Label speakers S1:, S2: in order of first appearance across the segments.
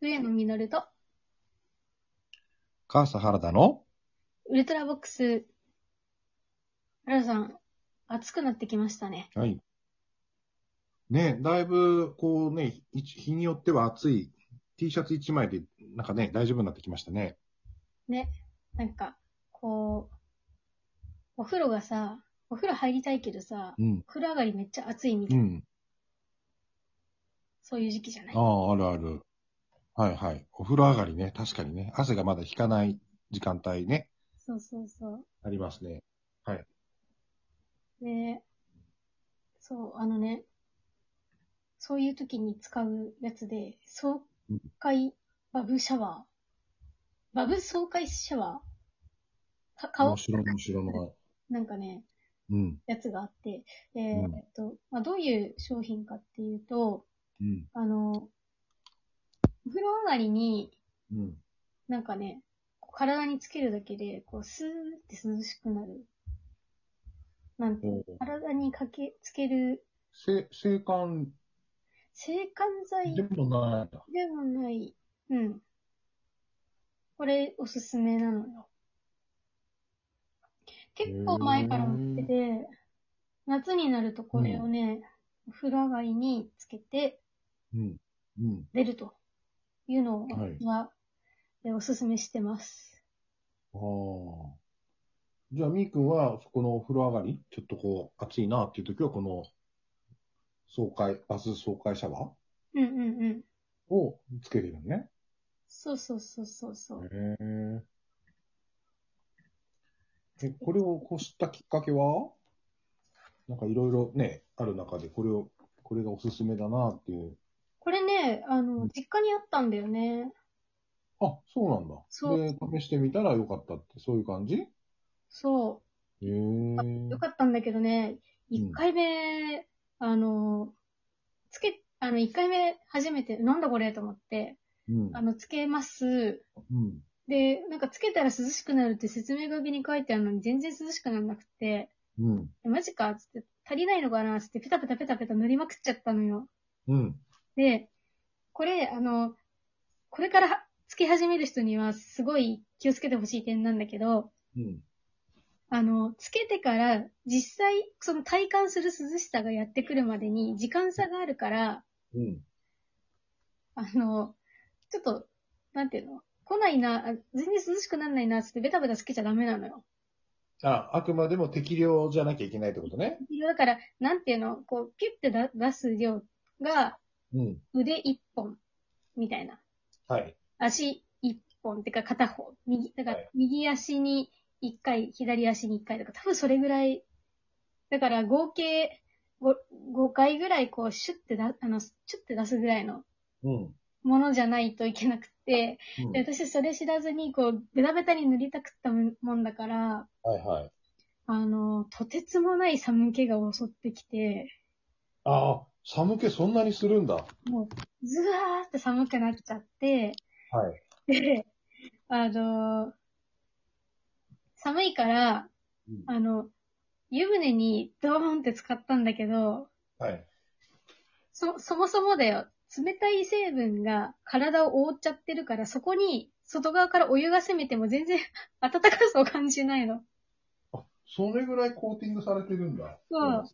S1: 上野実と、
S2: 母さん原田の
S1: ウルトラボックス。原田さん、暑くなってきましたね。
S2: はい。ねだいぶ、こうね、い日によっては暑い T シャツ1枚で、なんかね、大丈夫になってきましたね。
S1: なんか、こう、お風呂がさ、お風呂入りたいけどさ、
S2: うん
S1: お。風呂上がりめっちゃ暑いみた
S2: う
S1: いな、
S2: ん。
S1: そういう時期じゃない
S2: ああ、あるある。はいはい。お風呂上がりね、確かにね。汗がまだ引かない時間帯ね、
S1: そうそうそう。
S2: ありますね。
S1: で、そう、あのね、そういう時に使うやつで、爽快バブシャワー。バブ爽快シャワーか顔
S2: 面、白い面白いの。
S1: なんかね、
S2: うん。
S1: やつがあって、で、
S2: うん
S1: えっと、まあ、どういう商品かっていうと、
S2: うん。
S1: あの、お風呂上がりに、
S2: うん。
S1: なんかね、こう体につけるだけで、こう、スーって涼しくなる。なんて、
S2: おう
S1: 体にかけ、つける、
S2: せ、性感
S1: 制汗剤
S2: でもないんだ。
S1: でもない。うん。これ、おすすめなのよ。結構前から持ってて、夏になるとこれをね、お風呂上がりにつけて
S2: うん。うん。
S1: 出るというのを、
S2: はい
S1: 私はえおすすめしてます。
S2: ああ。じゃあ、みーくんは、そこのお風呂上がり、ちょっとこう、暑いなっていう時は、この、爽快、バス爽快シャワ
S1: うんうんうん。
S2: ーをつけてるのね。
S1: そうそうそうそうそう。
S2: え、これをこう知ったきっかけはなんかいろいろね、ある中で、これを、これがおすすめだなっていう。
S1: これね、あの、実家にあったんだよね。
S2: あ、そうなんだ。
S1: そう
S2: で、試してみたらよかったって、そういう感じへ
S1: そ
S2: え。
S1: う。よかったんだけどね、
S2: うん
S1: 1回目、あの、つけ、あの、1回目初めて、なんだこれと思って、
S2: うん。
S1: あの、つけます。
S2: うん。
S1: で、なんかつけたら涼しくなるって説明書きに書いてあるのに全然涼しくならなくて、
S2: うん。
S1: えマジかつって、足りないのかなつって、ペタペタペタペタ塗りまくっちゃったのよ。
S2: うん。
S1: で、これ、あの、これからはつけ始める人にはすごい気をつけてほしい点なんだけど、
S2: うん。
S1: あの、つけてから実際、その体感する涼しさがやってくるまでに時間差があるから、
S2: うん。
S1: あの、ちょっと、なんていうの来ないな、あ全然涼しくならないな、つってベタベタつけちゃダメなのよ。
S2: あ、あくまでも適量じゃなきゃいけないってことね。
S1: だから、なんていうの、こう、ピュッてだ出す量が、
S2: うん。
S1: 腕一本、みたいな。
S2: はい。
S1: 足一本、てか片方。右、だから
S2: はい、
S1: 右足に一回、左足に一回とか、多分それぐらい。だから、合計5、5回ぐらい、こう、シュッてだ、あの、シュッて出すぐらいの
S2: うん。
S1: ものじゃないといけなくて、
S2: うん
S1: で私それ知らずに、こう、ベタベタに塗りたくったもんだから、
S2: はいはい。
S1: あの、とてつもない寒気が襲ってきて、
S2: ああ、寒気そんなにするんだ。は
S1: もう、ずわーって寒くなっちゃって、
S2: い。
S1: で、あのー寒いから、
S2: うん
S1: あの、湯船にドーンって使ったんだけど、
S2: はい。
S1: そ、そもそもだよ、冷たい成分が体を覆っちゃってるから、そこに外側からお湯が攻めても全然 暖かさを感じないの。
S2: あ、それぐらいコーティングされてるんだ。
S1: そう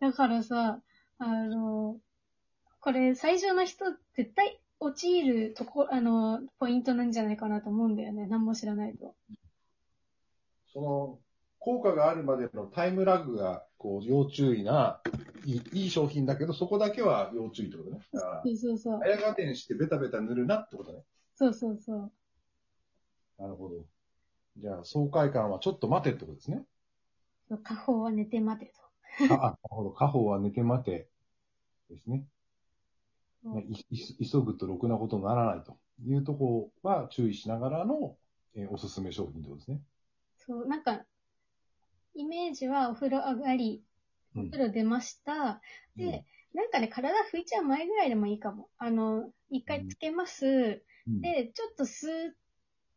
S1: だからさ、あのーこれ最初の人絶対陥るとこ、あのーポイントなんじゃないかなと思うんだよね。何も知らないと。
S2: その、効果があるまでのタイムラグが、こう、要注意な、いいいい商品だけど、そこだけは要注意ってことね。だから
S1: そうそうそう。
S2: 早がてんしてベタベタ塗るなってことね。
S1: そうそうそう。
S2: なるほど。じゃあ、爽快感はちょっと待てってことです ね。
S1: 家宝は寝て待てと。
S2: あ、あなるほど。家宝は寝て待てですね。ねいい急ぐとろくなことにならないというところは注意しながらの、えーおすすめ商品ってことですね。
S1: そう、なんか、イメージはお風呂上がり、
S2: う
S1: お
S2: ん
S1: 風呂出ました。で、なんかね、体拭いちゃう前ぐらいでもいいかも。あの、一回つけます。
S2: うん
S1: で、ちょっとスーっ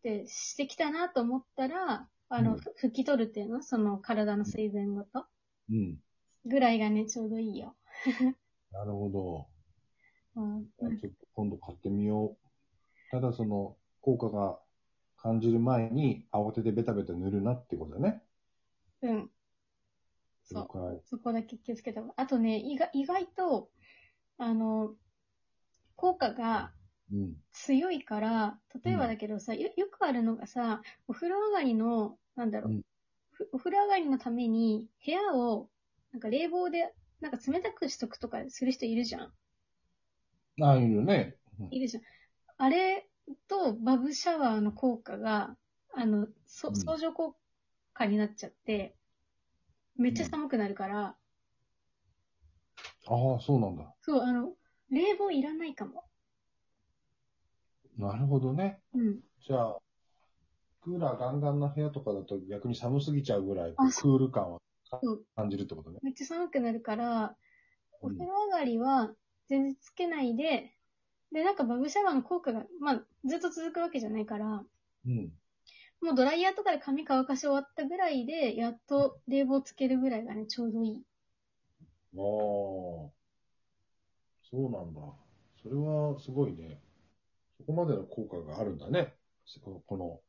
S1: てしてきたなと思ったら、あの、
S2: うん
S1: ふ拭き取るっていうのその体の水分ごと
S2: うん。
S1: ぐらいがね、ちょうどいいよ。
S2: なるほ
S1: う
S2: ど。
S1: んうん
S2: ちょっと今度買ってみよう。ただその、効果が感じる前に慌ててベタベタ塗るなってことだね。
S1: うん。そう。
S2: はい。
S1: そこだけ気をつけた方があとね、意外意外と、あの、効果が
S2: うん。
S1: 強いから、例えばだけどさ、よよくあるのがさ、お風呂上がりの、なんだろう、
S2: うん
S1: ふお風呂上がりのために部屋を、なんか冷房で、なんか冷たくしとくとかする人いるじゃん。
S2: ああ、いるよね。
S1: いるじゃん。あれとバブシャワーの効果が、あの、
S2: う
S1: そ
S2: ん
S1: 相乗効果になっちゃって、めっちゃ寒くなるから、
S2: ああ、そうなんだ。
S1: そう、あの、冷房いらないかも。
S2: なるほどね。
S1: うん。
S2: じゃあ、クーラーガンガンな部屋とかだと逆に寒すぎちゃうぐらい、ク
S1: あそ
S2: ール感を
S1: うん
S2: 感じるってことね。
S1: めっちゃ寒くなるから、お
S2: うん
S1: 風呂上がりは全然つけないで、で、なんかバブシャワーの効果が、まあ、ずっと続くわけじゃないから、も
S2: うん。
S1: うドライヤーとかで髪乾かし終わったぐらいで、やっと冷房つけるぐらいがね、ちょうどいい。
S2: ああ。そうなんだ。それはすごいね。そこまでの効果があるんだね。この、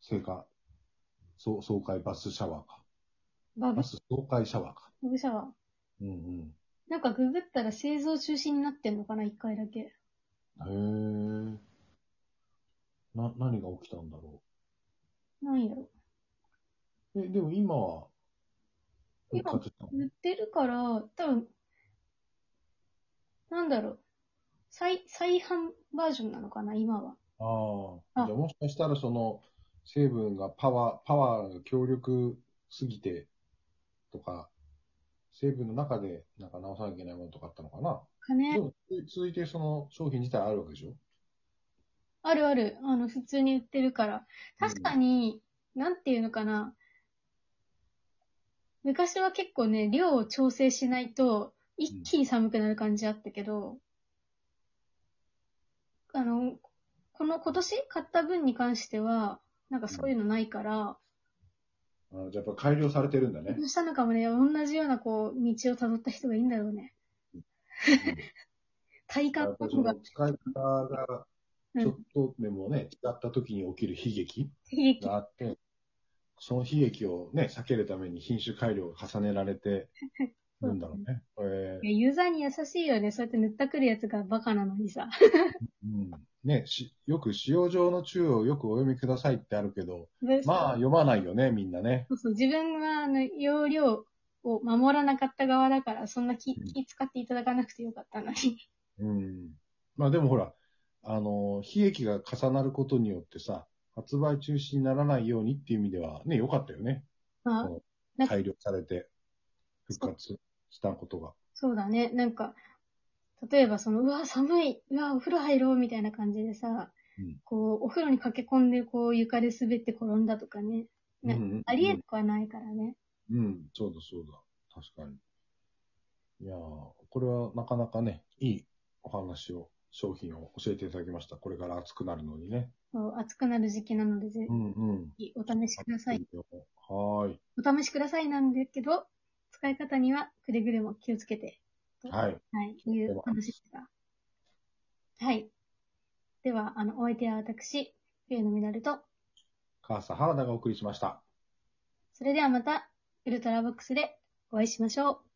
S2: 成果、そう爽快バスシャワーか。
S1: バブ
S2: バ、ス爽快シャワーか。
S1: バブシャワー。
S2: うん
S1: なんかググったら製造中止になってんのかな、一回だけ。
S2: うん。へえ。な、何が起きたんだろ
S1: なんやろ。
S2: う。え、でも今は、
S1: 今
S2: 復活したの
S1: 売ってるから、多分、なんだろう。再、再販バージョンなのかな、今は。
S2: あ
S1: あ
S2: あ。じゃあもしかしたらその成分がパワー、パワーが強力すぎてとか、成分の中でなんか直さなきゃいけないものとかあったのかな。
S1: かね。
S2: でもつ続いてその商品自体あるわけでしょ
S1: あるある。あの、普通に売ってるから。確かに、なんていうのかな。昔は結構ね、量を調整しないと、一気に寒くなる感じあったけど、あの、この今年買った分に関しては、なんかそういうのないから、
S2: あーじゃあやっぱ改良されてるんだね
S1: ど。うしたのかもね、同じようなこう、道を辿った人がいいんだろうね。 体
S2: や
S1: 感
S2: っぱ
S1: の
S2: そ
S1: 方が
S2: の、使い方が
S1: うん
S2: ちょっとでもね、違った時に起きる悲劇
S1: 悲劇
S2: があって、その悲劇をね、避けるために品種改良が重ねられてるんだろうね。えー
S1: いやユーザーに優しいよね。そうやって塗ったくるやつがバカなのにさ。
S2: うんね、し、よく使用上の注意をよくお読みくださいってあるけど、まあ
S1: あ、
S2: 読まないよね、みんなね。
S1: そうそう自分はあの容量を守らなかった側だから、そんな気
S2: うん
S1: 気使っていただかなくてよかったのに。
S2: うん。まあでもほら、あの、悲劇が重なることによってさ、発売中止にならないようにっていう意味ではね、良かったよね。
S1: まあ
S2: そう、
S1: なんか
S2: 改良されて、復活したことが。
S1: そうだね。なんか、例えばその、うわ、寒い、うわ、お風呂入ろうみたいな感じでさ、
S2: うん
S1: こう、お風呂に駆け込んで、こう、床で滑って転んだとかね。ね
S2: うんうん
S1: ありえなくはないからね。
S2: うん、そうだそうだ。確かに。いやーこれはなかなかね、いいお話を、商品を教えていただきました。これから暑くなるのにね。
S1: そう暑くなる時期なので、ぜ
S2: うんうん。
S1: ひお試しください。
S2: はーい。
S1: お試しくださいなんだけど、使い方にはくれぐれも気をつけて
S2: はい。
S1: はい、いうお話でした。はい。では、あの、お相手は私、冬のミナルと、
S2: 母さん原田がお送りしました。
S1: それではまた、ウルトラボックスでお会いしましょう。